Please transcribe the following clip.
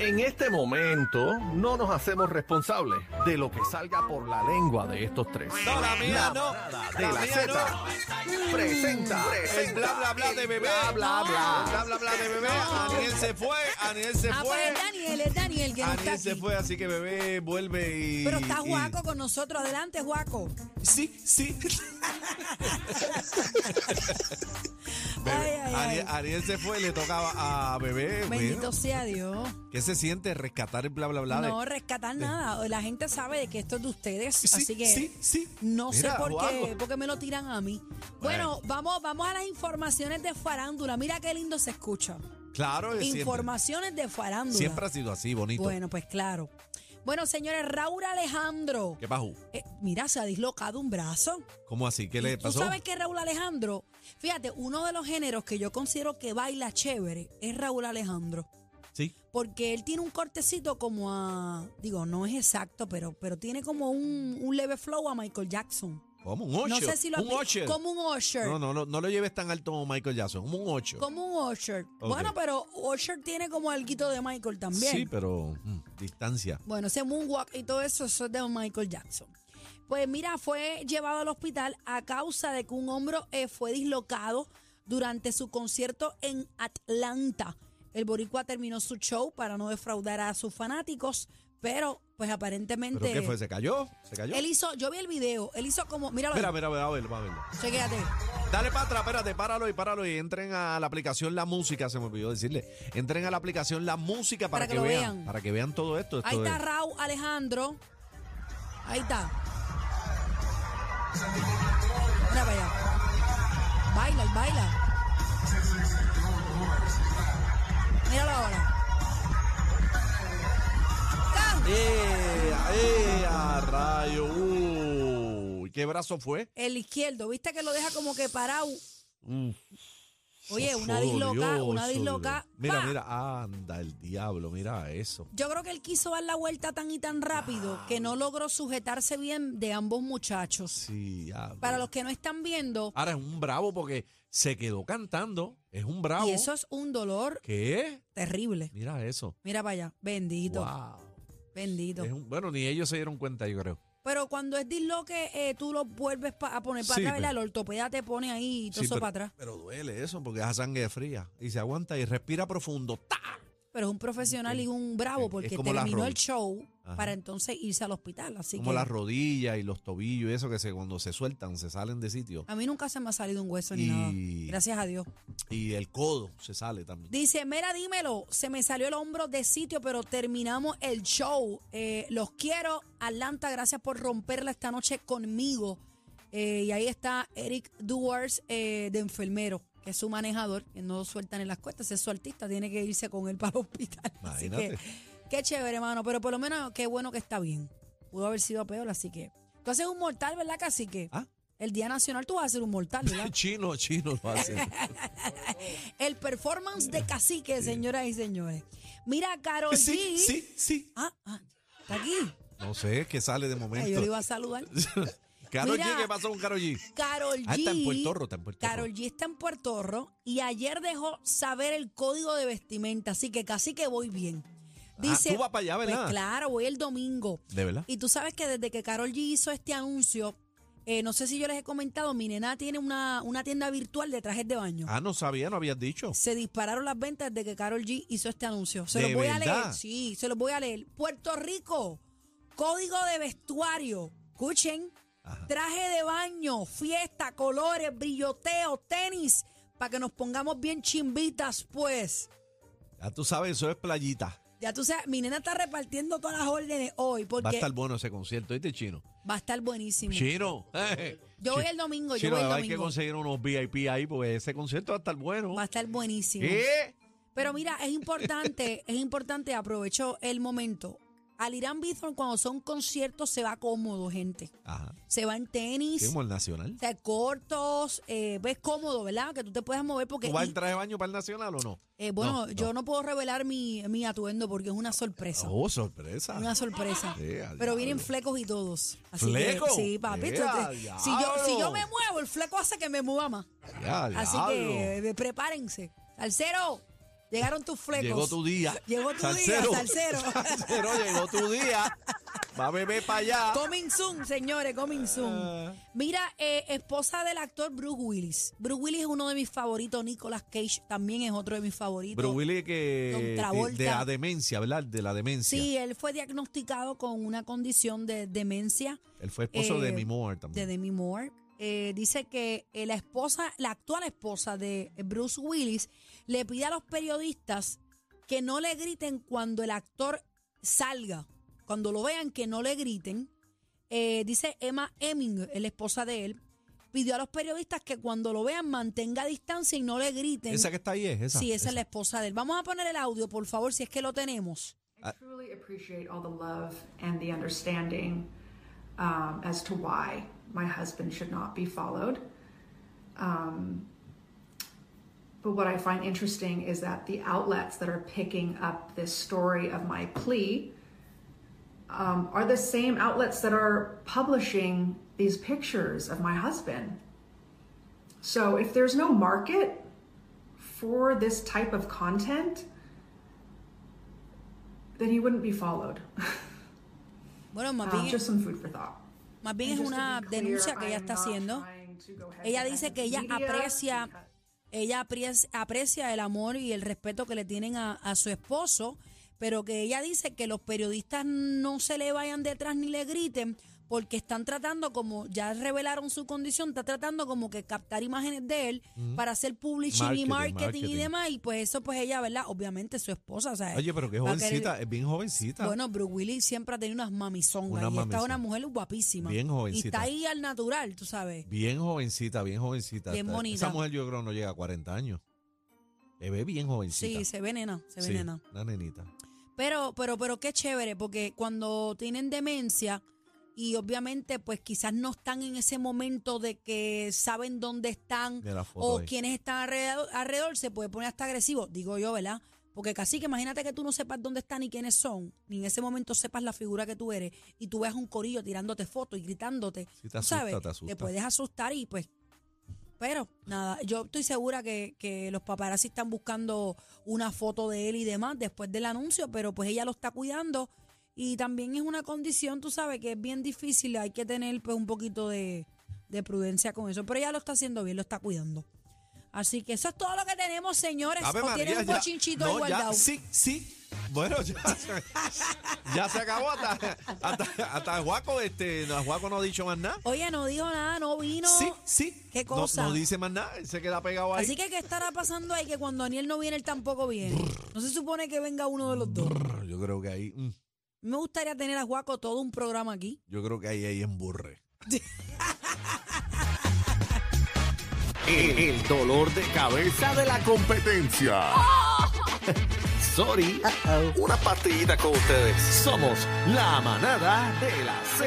En este momento no nos hacemos responsables de lo que salga por la lengua de estos tres. No, la mía no. manada La de la mía Z presenta, El bla bla bla de bebé. bla, bla. El bla bla bla de bebé. Aniel se fue. Aniel se Ah, pues fue. es Daniel, es Daniel que no está Aniel se aquí. fue, así que bebé vuelve y. Pero está y- Juaco con nosotros. Adelante, Juaco. Sí, sí. Bebé. Ay, ay, ay. Aniel, Aniel se fue y le tocaba a bebé. Bendito Bueno, sea Dios. ¿Qué se siente rescatar el bla bla bla? de- No rescatar nada. La gente sabe de que esto es de ustedes. Eh. Sí, así que sí, sí. no Mira, sé por Juaco. qué, porque me lo tiran a mí. Bueno, vamos, vamos a las informaciones de farándula. Mira qué lindo se escucha. Claro, es siempre. Informaciones de farándula. Siempre ha sido así, bonito. bueno, pues claro. Bueno, señores, Raúl Alejandro. ¿Qué pasó? Eh, mira, se ha dislocado un brazo. ¿Cómo así? ¿Qué le pasó? ¿Tú sabes que Raúl Alejandro? Fíjate, uno de los géneros que yo considero que baila chévere es Raúl Alejandro. Sí. Porque él tiene un cortecito como a. Digo, no es exacto, pero, pero tiene como un, un leve flow a Michael Jackson. ¿Cómo? ¿Un 8? No sé si lo has ¿Un vi- Usher? Como un Usher. No, no, no, no lo lleves tan alto como Michael Jackson, como un 8. Como un Usher. Ok. Bueno, pero Usher tiene como algo de Michael también. Sí, pero mm, distancia. Bueno, ese moonwalk y todo eso, eso es de Michael Jackson. Pues mira, fue llevado al hospital a causa de que un hombro eh, fue dislocado durante su concierto en Atlanta. El boricua terminó su show para no defraudar a sus fanáticos, pero pues aparentemente... ¿Pero qué fue? ¿Se cayó? ¿Se cayó? Él hizo, yo vi el video, él hizo como, míralo, Mira, ahí, mira, mira, a verlo, a verlo. chequéate. Dale para atrás, espérate, páralo y páralo y entren a la aplicación La Música, se me olvidó decirle. Entren a la aplicación La Música para, Para que lo vean, vean. para que vean todo esto. esto Ahí está es- Raúl Alejandro. Ahí está. Mira para allá. Baila, él baila. Míralo ahora. ¡Tan! ¡Eh, eh, a rayo! Uy, ¿Qué brazo fue? El izquierdo, viste que lo deja como que parado. Uf, Oye, eso una disloca, dolió, una eso disloca. dolió. Mira, ¡Pa! mira, anda el diablo, mira eso. Yo creo que él quiso dar la vuelta tan y tan rápido que no logró sujetarse bien de ambos muchachos. Sí, diablo. Para los que no están viendo, Ahora es un bravo porque se quedó cantando. Es un bravo. y eso es un dolor ¿Qué? terrible. Mira eso. Mira para allá, bendito, Wow. bendito. Es un- bueno, ni ellos se dieron cuenta, yo creo. Pero cuando es disloque, eh, tú lo vuelves pa- a poner para Sí, atrás, ¿verdad? pero- El ortopeda te pone ahí y todo Sí, eso pero, para atrás. pero duele eso porque es a sangre fría. Y se aguanta y respira profundo. ¡Ta! Pero es un profesional y un bravo es porque como la terminó el Rory. show Ajá. para entonces irse al hospital. Así Como que las rodillas y los tobillos, eso que se, cuando se sueltan, se salen de sitio. a mí nunca se me ha salido un hueso ni Y- nada. Gracias a Dios. Y el codo se sale también. Dice, mira, dímelo, se me salió el hombro de sitio, pero terminamos el show. Eh, los quiero, Atlanta, gracias por romperla esta noche conmigo. Eh, y ahí está Eric Duars eh, de enfermero, que es su manejador, que no lo sueltan en las cuestas, es su artista, tiene que irse con él para el hospital. Así que, Imagínate. qué chévere, hermano, pero por lo menos qué bueno que está bien. Pudo haber sido peor, así que. Tú haces un mortal, ¿verdad, cacique? ¿Ah? El Día Nacional tú vas a hacer un mortal, ¿verdad? Chino, chino lo hace. El performance de cacique, señoras y señores. Mira, Carol sí, G. sí, sí. Ah, ah, está aquí. No sé, que sale de Ay, yo le momento. iba a saludar. Karol Mira. G, ¿qué pasó con Karol G? Carol G. Ah, está en Puerto Rico, está en Puerto Rico. Karol G está en Puerto Rico y ayer dejó saber el código de vestimenta, así que casi que voy bien. Ah, tú vas para allá, pues ¿verdad? claro, voy el domingo. ¿De verdad? Y tú sabes que desde que Carol G hizo este anuncio, eh, no sé si yo les he comentado, mi nena tiene una, una tienda virtual de trajes de baño. Ah, no sabía, no habías dicho. se dispararon las ventas desde que Carol G hizo este anuncio. Se ¿De los voy a verdad? leer. Sí, se los voy a leer. Puerto Rico, código de vestuario. Escuchen. Ajá. Traje de baño, fiesta, colores, brilloteo, tenis, para que nos pongamos bien chimbitas, pues. Ya tú sabes, eso es playita. Ya tú sabes, mi nena está repartiendo todas las órdenes hoy porque Va a estar bueno ese concierto, ¿viste, Chino? buenísimo. Chino. eh. Yo voy el domingo, yo Chino, voy el hay que domingo. conseguir unos VIP ahí porque ese concierto va a estar bueno. Va a estar buenísimo. ¿Qué? Pero mira, es importante, es importante, aprovecho el momento. Al Irán Bithorn cuando son conciertos se va cómodo, gente. Ajá. Se va en Sí, tenis, como el Nacional. se cortos, eh, ves cómodo, ¿verdad? Que tú te puedes mover porque... ¿Tú vas y- en traje de baño para el Nacional o no? eh, bueno, No, no. yo no puedo revelar mi, mi atuendo porque es una sorpresa. Oh, sorpresa. Una sorpresa. Sí, al Pero vienen diablo. flecos y todos. Así ¿Fleco? Que, sí, papi. Eh, tú- al si, yo, si yo diablo. me muevo, el fleco hace que me mueva más. Ya, Así diablo. que eh, prepárense. Salcero, Llegaron tus flecos. Llegó tu día. Llegó tu día, salsero. Salsero, llegó tu día. Va a beber para allá. Coming soon, señores, coming soon. Mira, eh, esposa del actor Bruce Willis. Bruce Willis es uno de mis favoritos. Nicolas Cage también es otro de mis favoritos. Pero Willy que Don Travolta. de la demencia, ¿verdad? De la demencia. Sí, él fue diagnosticado con una condición de demencia Él fue esposo de Eh, Demi Moore también. de Demi Moore. Eh, dice que eh, la esposa, la actual esposa de Bruce Willis, le pide a los periodistas que no le griten cuando el actor salga. Cuando lo vean, que no le griten. Eh, dice Emma Heming, la esposa de él, pidió a los periodistas que cuando lo vean mantenga distancia y no le griten. esa que está ahí es esa. sí, esa es la esposa de él. Vamos a poner el audio, por favor, si es que lo tenemos. I- I truly appreciate all the love and the understanding um, as to why my husband should not be followed. Um, but what I find interesting is that the outlets that are picking up this story of my plea um, are the same outlets that are publishing these pictures of my husband. So if there's no market for this type of content, then he wouldn't be followed. Bueno, más Um, bien, just some food for thought. más bien Ah. es And just to una be clear, denuncia que ella I'm está not haciendo. trying to go head Ella to head dice with que ella media aprecia, because- ella apres- aprecia el amor y el respeto que le tienen a, a su esposo, pero que ella dice que los periodistas no se le vayan detrás ni le griten porque están tratando como, ya revelaron su condición, está tratando como que captar imágenes de él para hacer publishing y Marketing, marketing, y marketing. demás, y pues eso pues ella, ¿verdad? Obviamente su esposa, o sea, Oye, pero qué va a querer- jovencita, es bien jovencita. bueno, Bruce Willis siempre ha tenido unas mamizongas Una y esta es mamizonga. una mujer guapísima. Bien Y está jovencita. ahí al natural, tú sabes. Bien jovencita, bien jovencita. Bien Esta- bonita. Esa mujer yo creo no llega a 40 años. Le ve bien jovencita. Sí, se ve nena, se ve Sí, nena. Una nenita. Pero, pero, pero qué chévere, porque cuando tienen demencia y obviamente pues quizás no están en ese momento de que saben dónde están De la foto o ahí. quienes están alrededor, alrededor, se puede poner hasta agresivo, digo yo, ¿verdad? Porque casi que imagínate que tú no sepas dónde están ni quiénes son, ni en ese momento sepas la figura que tú eres y tú veas un corillo tirándote fotos y gritándote. Sí, te tú asusta, sabes, te asusta. puedes asustar y pues... Pero nada, yo estoy segura que, que los paparazzi están buscando una foto de él y demás después del anuncio, pero pues ella lo está cuidando y también es una condición, tú sabes, que es bien difícil, hay que tener pues un poquito de, de prudencia con eso, pero ella lo está haciendo bien, lo está cuidando. Así que eso es todo lo que tenemos, señores. Ave O tienen un ya. bochinchito ahí No, ya, guardado. Sí, sí. Bueno, ya, ya se acabó hasta, hasta, hasta Juaco, este, no, Juaco no ha dicho más nada. Oye, no dijo nada, no vino. sí, sí. ¿Qué No- cosa? No, dice más nada, él se queda pegado ahí. Así que, ¿qué estará pasando ahí? Que cuando Daniel no viene, él tampoco viene. No se supone que venga uno de los dos. Brr, Yo creo que ahí, mm, Me gustaría tener a Juaco todo un programa aquí. yo creo que ahí, ahí emburre. El, el dolor de cabeza de la competencia. Sorry. Una partidita con ustedes. Somos la manada de la Z.